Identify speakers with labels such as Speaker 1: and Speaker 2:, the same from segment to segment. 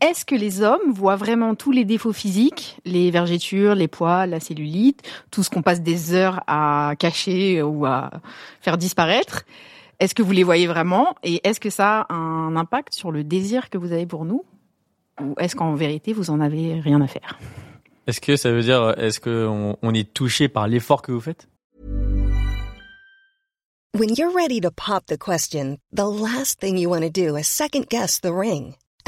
Speaker 1: est-ce que les hommes voient vraiment tous les défauts physiques, les vergetures, les poils, la cellulite, tout ce qu'on passe des heures à cacher ou à faire disparaître Est-ce que vous les voyez vraiment Et est-ce que ça a un impact sur le désir que vous avez pour nous Ou est-ce qu'en vérité, vous en avez rien à faire
Speaker 2: Est-ce que ça veut dire, est-ce qu'on on est touché par l'effort que vous faites
Speaker 3: When you're ready to pop the question, the last thing you want to do is second guess the ring.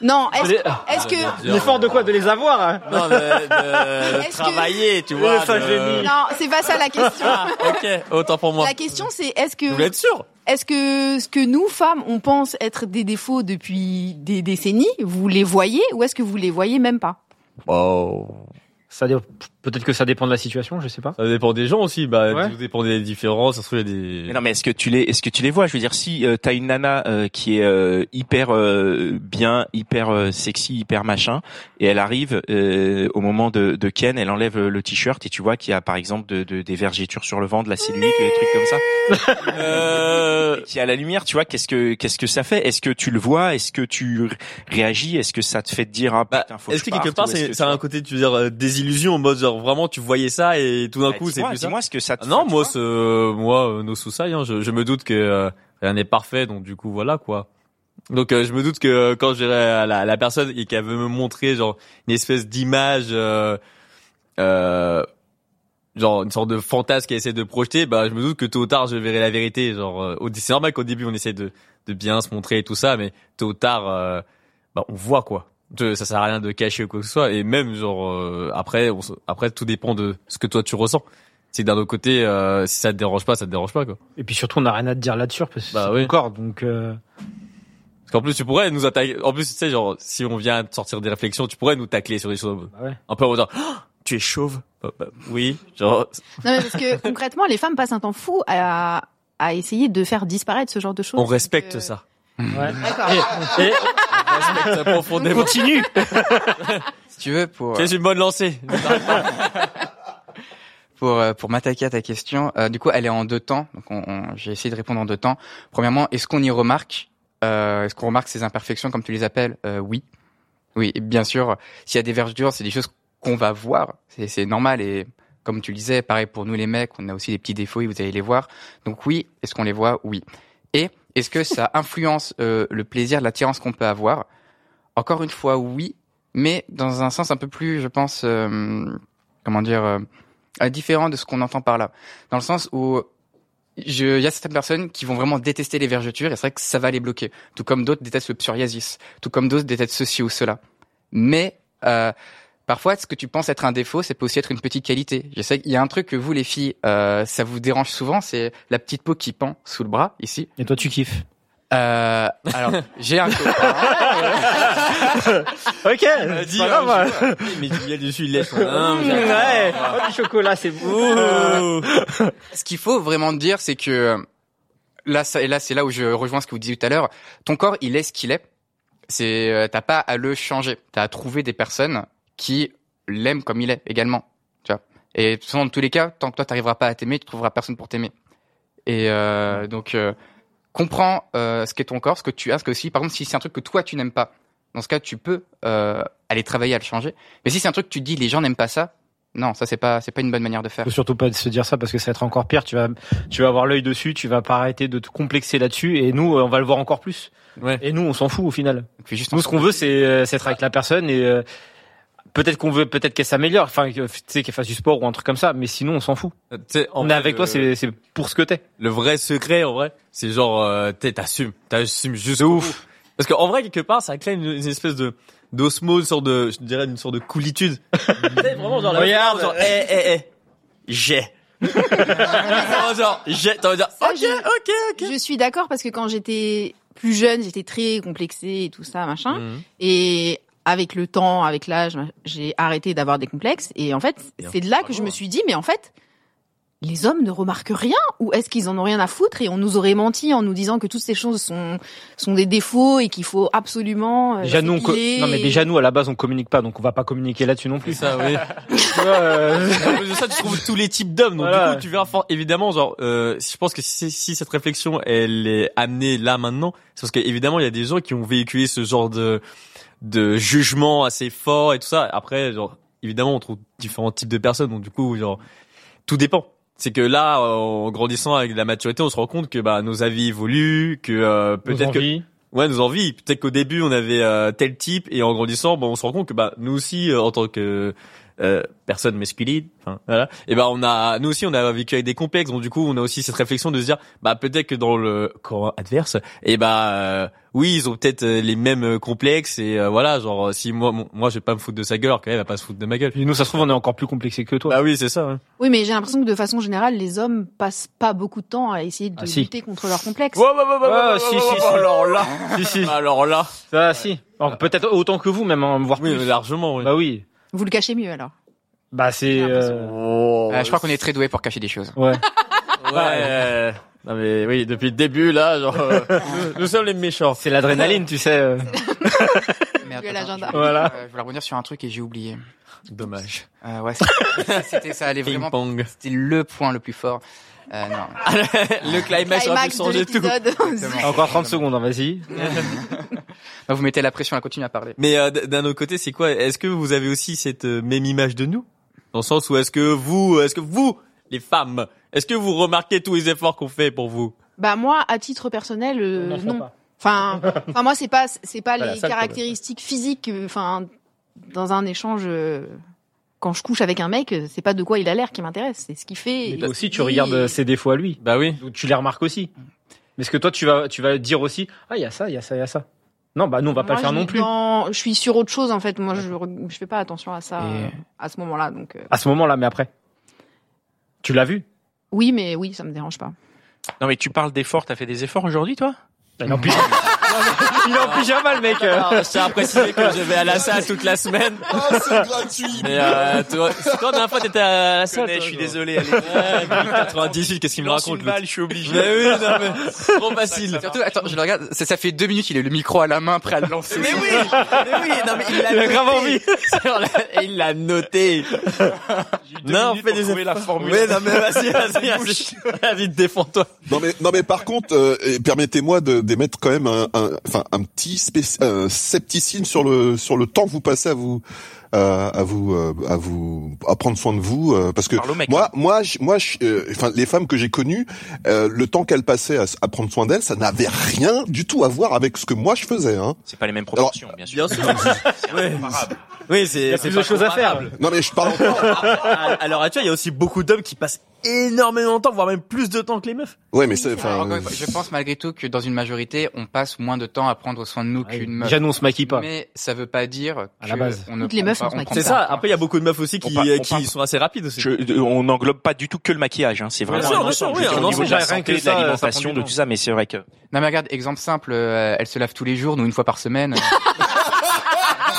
Speaker 1: Non, est-ce
Speaker 2: Allez,
Speaker 1: est-ce que...
Speaker 4: Ah. L'effort de quoi De les avoir hein
Speaker 2: Non, de, de
Speaker 1: Est-ce que-
Speaker 2: travailler, tu vois.
Speaker 4: Oui, ça,
Speaker 2: de-
Speaker 4: j'ai dit.
Speaker 1: Non, c'est pas ça la question.
Speaker 2: Ah, ok, autant pour moi.
Speaker 1: La question, c'est est-ce que...
Speaker 2: Vous voulez être sûr
Speaker 1: Est-ce que ce que nous, femmes, on pense être des défauts depuis des décennies, vous les voyez ou est-ce que vous les voyez même pas
Speaker 4: Ça dé- Peut-être que ça dépend de la situation, je sais pas.
Speaker 2: Ça dépend des gens aussi, bah,
Speaker 4: Ouais.
Speaker 2: tout dépend des différences, ça se trouve, il y a des...
Speaker 5: Mais non, mais est-ce que tu les, est-ce que tu les vois Je veux dire, si euh, t'as une nana euh, qui est euh, hyper euh, bien, hyper euh, sexy, hyper machin, et elle arrive euh, au moment de, de Ken, elle enlève le t-shirt et tu vois qu'il y a par exemple de, de- des vergetures sur le ventre, la cellulite, des trucs comme ça.
Speaker 2: Euh,
Speaker 5: Qui à la lumière, tu vois, qu'est-ce que qu'est-ce que ça fait Est-ce que tu le vois Est-ce que tu r- réagis Est-ce que ça te fait te dire ah
Speaker 2: bah,
Speaker 5: putain, faut
Speaker 2: est-ce
Speaker 5: que
Speaker 2: que
Speaker 5: je
Speaker 2: quelque
Speaker 5: parte
Speaker 2: part,
Speaker 5: ou est-ce
Speaker 2: c'est
Speaker 5: que
Speaker 2: c'est
Speaker 5: tu-
Speaker 2: un côté, tu veux dire, euh, désillusion, en mode, genre, vraiment, tu voyais ça et tout d'un
Speaker 5: Bah,
Speaker 2: coup, c'est
Speaker 5: dis-moi,
Speaker 2: plus ça
Speaker 5: Dis-moi ce que ça te
Speaker 2: Ah
Speaker 5: fait,
Speaker 2: Non,
Speaker 5: tu
Speaker 2: moi,
Speaker 5: vois.
Speaker 2: ce, euh, moi, euh, nos soussailles, hein, je, je me doute que euh, rien n'est parfait, donc du coup, voilà quoi. Donc, euh, je me doute que euh, quand j'irai à la, à la personne et qu'elle veut me montrer genre une espèce d'image, euh, euh, genre une sorte de fantasme qu'elle essaie de projeter, bah, je me doute que tôt ou tard, je verrai la vérité. Genre, euh, au- c'est normal qu'au début, on essaie de, de bien se montrer et tout ça, mais tôt ou tard, euh, bah, on voit quoi. Je- ça sert à rien de cacher ou quoi que ce soit. Et même genre euh, après, on se- après tout dépend de ce que toi tu ressens. C'est que d'un autre côté, euh, si ça te dérange pas, ça te dérange pas quoi.
Speaker 4: Et puis surtout, on n'a rien à te dire là-dessus parce que
Speaker 2: Bah
Speaker 4: c'est
Speaker 2: oui.
Speaker 4: ton corps. Donc, euh,
Speaker 2: Parce qu'en plus tu pourrais nous attaquer. En plus tu sais genre si on vient de sortir des réflexions, tu pourrais nous tacler sur des choses
Speaker 4: bah ouais.
Speaker 2: un peu en disant Ah, tu es chauve. Bah, bah, oui, genre
Speaker 1: Non, mais parce que concrètement, les femmes passent un temps fou à, à essayer de faire disparaître ce genre de choses.
Speaker 2: on respecte
Speaker 1: Donc, euh,
Speaker 2: ça.
Speaker 4: Mmh. Ouais.
Speaker 1: D'accord.
Speaker 4: Et, et-
Speaker 2: On respecte ça profondément.
Speaker 4: continue.
Speaker 6: Si tu veux, pour, euh,
Speaker 2: C'est une bonne lancée.
Speaker 6: pour, euh, pour m'attaquer à ta question, euh, du coup, elle est en deux temps. Donc, on, on- j'ai essayé de répondre en deux temps. Premièrement, est-ce qu'on y remarque euh, Est-ce qu'on remarque ces imperfections, comme tu les appelles Euh, Oui. Oui, et bien sûr. S'il y a des vergetures, c'est des choses qu'on va voir. C'est, c'est normal. Et comme tu le disais, pareil pour nous les mecs, on a aussi des petits défauts et vous allez les voir. Donc oui, est-ce qu'on les voit Oui. Et est-ce que ça influence euh, le plaisir, l'attirance qu'on peut avoir Encore une fois, oui. Mais dans un sens un peu plus, je pense, euh, comment dire, euh, euh, différent de ce qu'on entend par là. Dans le sens où je- il y a certaines personnes qui vont vraiment détester les vergetures et c'est vrai que ça va les bloquer. Tout comme d'autres détestent le psoriasis. Tout comme d'autres détestent ceci ou cela. Mais euh, parfois, ce que tu penses être un défaut, ça peut aussi être une petite qualité. Je sais qu'il y a un truc que vous, les filles, euh, ça vous dérange souvent, c'est la petite peau qui pend sous le bras, ici.
Speaker 4: Et toi, tu kiffes.
Speaker 6: Euh, alors, j'ai un copain.
Speaker 4: Ok.
Speaker 2: On a dit,
Speaker 4: c'est pas
Speaker 2: euh,
Speaker 4: grave.
Speaker 2: je- oui, mais du lait dessus, il lèche.
Speaker 4: Ouais. Oh, du chocolat, c'est beau.
Speaker 6: ce qu'il faut vraiment dire, c'est que euh, là, ça, et là, c'est là où je rejoins ce que vous disiez tout à l'heure. Ton corps, il est ce qu'il est. C'est, euh, t'as pas à le changer. T'as à trouver des personnes qui l'aiment comme il est également. Tu vois. Et de toute façon, dans tous les cas, tant que toi, t'arriveras pas à t'aimer, tu trouveras personne pour t'aimer. Et euh, donc, euh, comprends euh, ce qu'est ton corps, ce que tu as, ce que si, par exemple, si c'est un truc que toi tu n'aimes pas, dans ce cas, tu peux euh, aller travailler à le changer. Mais si c'est un truc que tu dis, les gens n'aiment pas ça, non, ça c'est pas, c'est pas une bonne manière de faire.
Speaker 4: Faut surtout pas se dire ça parce que ça va être encore pire. Tu vas, tu vas avoir l'œil dessus, tu vas pas arrêter de te complexer là-dessus et nous, euh, on va le voir encore plus.
Speaker 2: Ouais.
Speaker 4: Et nous, on s'en fout au final.
Speaker 6: Puis juste en
Speaker 4: Nous, ce qu'on veut, c'est euh, c'est être avec la personne et euh, Peut-être qu'on veut, peut-être qu'elle s'améliore, enfin, que- tu sais, qu'elle fasse du sport ou un truc comme ça, mais sinon, on s'en fout.
Speaker 2: Tu sais, en
Speaker 4: on est
Speaker 2: vrai,
Speaker 4: avec toi,
Speaker 2: le-
Speaker 4: c'est, c'est pour ce que t'es.
Speaker 2: Le vrai secret, en vrai, c'est genre, euh, t'es- t'assumes, t'assumes juste ouf. Parce qu'en vrai, quelque part, ça crée une, une espèce de d'osmose, une sorte de, je dirais, une sorte de coolitude. T'sais, vraiment, genre, la-
Speaker 4: Regarde.
Speaker 2: genre, eh, eh, eh, j'ai. Vraiment, genre, j'ai, t'as envie de dire,
Speaker 1: Ça,
Speaker 2: ok,
Speaker 1: je-
Speaker 2: ok, ok.
Speaker 1: Je suis d'accord parce que quand j'étais plus jeune, j'étais très complexée et tout ça, machin.
Speaker 2: Mhm.
Speaker 1: Et avec le temps, avec l'âge, j'ai arrêté d'avoir des complexes. Et en fait,
Speaker 2: Bien.
Speaker 1: c'est de là que
Speaker 4: hein.
Speaker 1: je me suis dit, mais en fait, les hommes ne remarquent rien ou est-ce qu'ils en ont rien à foutre et on nous aurait menti en nous disant que toutes ces choses sont sont des défauts et qu'il faut absolument. euh,
Speaker 4: Déjà, nous, on co-
Speaker 1: s'épiler
Speaker 4: non, mais
Speaker 1: et-
Speaker 4: déjà, nous, à la base, on communique pas, donc on va pas communiquer là-dessus non
Speaker 2: C'est
Speaker 4: plus.
Speaker 2: ça, oui.
Speaker 4: Tu vois, euh,
Speaker 2: En plus de ça, tu trouves tous les types d'hommes. Donc
Speaker 4: Voilà.
Speaker 2: du coup, tu verras fort. Évidemment, genre, euh, je pense que si, si cette réflexion elle est amenée là maintenant, c'est parce que évidemment, il y a des gens qui ont véhiculé ce genre de de jugement assez fort et tout ça. Après, genre, évidemment, on trouve différents types de personnes. Donc du coup, genre, tout dépend. C'est que là, euh, en grandissant avec la maturité, on se rend compte que bah nos avis évoluent, que euh, peut-être que
Speaker 4: envies.
Speaker 2: Ouais, nos envies. Peut-être qu'au début, on avait euh, tel type, et en grandissant, bon, on se rend compte que bah nous aussi, euh, en tant que euh, personne masculine, enfin voilà, et ben on a, nous aussi, on a vécu avec des complexes. Donc du coup, on a aussi cette réflexion de se dire, bah peut-être que dans le camp adverse, et bah euh, oui, ils ont peut-être euh, les mêmes euh, complexes, et euh, voilà, genre si moi, mon- moi, je vais pas me foutre de sa gueule, alors qu'elle elle va pas se foutre de ma gueule.
Speaker 4: Et nous, ça se trouve, on est encore plus complexé que toi.
Speaker 2: Bah oui, c'est ça. hein.
Speaker 1: Oui, mais j'ai l'impression que de façon générale, les hommes passent pas beaucoup de temps à essayer de
Speaker 4: Ah, si.
Speaker 1: lutter contre leurs complexes.
Speaker 2: Ouais, ouais, ouais, ouais, ouais,
Speaker 4: Ah,
Speaker 2: ouais,
Speaker 4: si,
Speaker 2: ouais,
Speaker 4: si,
Speaker 2: ouais,
Speaker 4: si.
Speaker 2: bah, Alors là,
Speaker 4: si, si.
Speaker 2: alors là,
Speaker 4: Ah, si. Alors, peut-être autant que vous, même, hein, voire
Speaker 2: oui,
Speaker 4: plus.
Speaker 2: largement. Oui.
Speaker 4: Bah oui.
Speaker 1: Vous le cachez mieux alors.
Speaker 4: Bah, c'est,
Speaker 1: J'ai l'impression.
Speaker 4: euh,
Speaker 2: Oh.
Speaker 6: Euh, je crois qu'on est très doué pour cacher des choses.
Speaker 4: ouais.
Speaker 2: Ouais. Non mais oui, depuis le début là, genre euh, nous, nous sommes les méchants.
Speaker 4: C'est l'adrénaline, tu sais. euh.
Speaker 6: Merde,
Speaker 1: Google
Speaker 6: attends,
Speaker 1: Agenda.
Speaker 6: je-
Speaker 4: Voilà.
Speaker 6: euh, je voulais rebondir sur un truc et j'ai oublié.
Speaker 2: Dommage.
Speaker 6: Euh, ouais, c'était- c'était ça, allait
Speaker 2: Ping
Speaker 6: vraiment.
Speaker 2: pong.
Speaker 6: C'était le point le plus fort. Euh, non.
Speaker 2: le climax aurait pu
Speaker 1: Climax de
Speaker 2: changer tout.
Speaker 1: l'épisode.
Speaker 6: Exactement.
Speaker 4: Encore 30 secondes, hein, vas-y.
Speaker 6: Non, Vous mettez la pression, elle continue à parler.
Speaker 2: Mais euh, d- d'un autre côté, c'est quoi Est-ce que vous avez aussi cette euh, même image de nous Dans le sens où est-ce que vous, est-ce que vous, les femmes, est-ce que vous remarquez tous les efforts qu'on fait pour vous
Speaker 1: Bah moi, à titre personnel, euh,
Speaker 4: On en fera
Speaker 1: non.
Speaker 4: pas.
Speaker 1: Enfin, enfin moi, c'est pas, c'est pas
Speaker 4: Voilà,
Speaker 1: les
Speaker 4: ça, le problème.
Speaker 1: caractéristiques physiques. euh, Enfin, dans un échange, euh, quand je couche avec un mec, euh, c'est pas de quoi il a l'air qui m'intéresse, c'est ce qu'il fait.
Speaker 4: Mais
Speaker 1: et
Speaker 4: toi
Speaker 1: ce
Speaker 4: aussi,
Speaker 1: qu'il
Speaker 4: tu
Speaker 1: dit.
Speaker 4: regardes euh, ses défauts à lui.
Speaker 2: Bah oui.
Speaker 4: Donc, tu les remarques aussi. Mais ce que toi, tu vas, tu vas dire aussi, ah, il y a ça, il y a ça, il y a ça. Non, bah, nous, on va pas
Speaker 1: Moi,
Speaker 4: le faire
Speaker 1: je-
Speaker 4: non plus.
Speaker 1: dans- je suis sur autre chose en fait. Moi, je re- je fais pas attention à ça
Speaker 6: Et-
Speaker 1: euh, à ce moment-là. Donc euh,
Speaker 4: À ce moment-là, mais après. Tu l'as vu?
Speaker 1: oui, mais oui, ça me dérange pas.
Speaker 7: Non mais tu parles d'efforts, t'as fait des efforts aujourd'hui toi
Speaker 4: Il est en pyjama. il est en pyjama, le mec. euh.
Speaker 2: Alors, Ah, je tiens à préciser que je vais à la salle toute la semaine.
Speaker 8: Ah, c'est gratuit.
Speaker 2: Mais euh, toi, c'est quand la dernière fois t'étais à la salle toi, genre
Speaker 7: désolé. Allez,
Speaker 2: Ouais, 98, qu'est-ce qu'il me
Speaker 7: lance
Speaker 2: raconte
Speaker 7: une
Speaker 2: l'autre
Speaker 7: balle, je suis obligé.
Speaker 2: Mais oui, non mais trop facile.
Speaker 6: Surtout, attends, je le regarde, ça, ça fait deux minutes, il a le micro à la main, prêt à le lancer.
Speaker 2: Mais oui, mais oui, non mais il l'a
Speaker 4: Il a grave
Speaker 2: noté.
Speaker 4: envie.
Speaker 2: Sur la- Il l'a noté. Non, on fait des
Speaker 7: trouver la formule.
Speaker 2: Mais non mais vas-y, vas-y, vas-y, vas-y, défends-toi.
Speaker 8: Non mais non mais par contre, euh, et permettez-moi de d'émettre quand même un un- enfin un, petit spéc- un scepticisme sur le sur le temps que vous passez à vous à, à vous euh, à vous à prendre soin de vous euh, parce que
Speaker 7: Parle au mec. hein.
Speaker 8: moi moi je- moi je- euh, enfin les femmes que j'ai connues euh, le temps qu'elles passaient à, s- à prendre soin d'elles ça n'avait rien du tout à voir avec ce que moi je faisais hein.
Speaker 7: C'est pas les mêmes proportions, bien sûr.
Speaker 2: Bien sûr. Ouais. Oui, c'est
Speaker 4: Il y a
Speaker 2: c'est
Speaker 4: plus
Speaker 2: pas
Speaker 4: de choses à faire.
Speaker 2: comparable.
Speaker 8: Non mais je parle encore
Speaker 2: À à l'heure actuelle, il y a aussi beaucoup d'hommes qui passent énormément de temps, voire même plus de temps que les meufs.
Speaker 8: Ouais mais c'est
Speaker 6: Alors,
Speaker 8: enfin
Speaker 6: encore une fois, je pense malgré tout que dans une majorité, on passe moins de temps à prendre soin de nous qu'une meuf.
Speaker 4: Déjà, nous, on se maquille Ah pas.
Speaker 6: Mais ça veut pas dire
Speaker 4: À
Speaker 6: que
Speaker 4: la base.
Speaker 6: on ne
Speaker 1: Toutes les
Speaker 6: prend
Speaker 1: meufs,
Speaker 6: pas-
Speaker 1: on se maquille.
Speaker 6: prend
Speaker 2: C'est
Speaker 6: pas
Speaker 2: ça.
Speaker 6: en compte.
Speaker 2: Après, il y a beaucoup de meufs aussi qui, euh,
Speaker 7: On parle- on
Speaker 2: qui
Speaker 7: parle-
Speaker 2: sont assez rapides aussi.
Speaker 7: Je- euh, on n'englobe pas du tout que le maquillage, hein. c'est vraiment
Speaker 2: sûr,
Speaker 7: un
Speaker 2: bien sûr,
Speaker 7: ensemble.
Speaker 2: oui,
Speaker 7: Je veux dire,
Speaker 2: un
Speaker 7: au niveau de la
Speaker 4: ensemble.
Speaker 7: santé,
Speaker 4: Rien
Speaker 7: de
Speaker 4: que ça, ça prend
Speaker 7: l'alimentation,
Speaker 4: du
Speaker 7: de
Speaker 4: temps.
Speaker 7: tout ça, mais c'est vrai que
Speaker 6: Non mais regarde, exemple simple, euh, elle se lave tous les jours, nous une fois par semaine.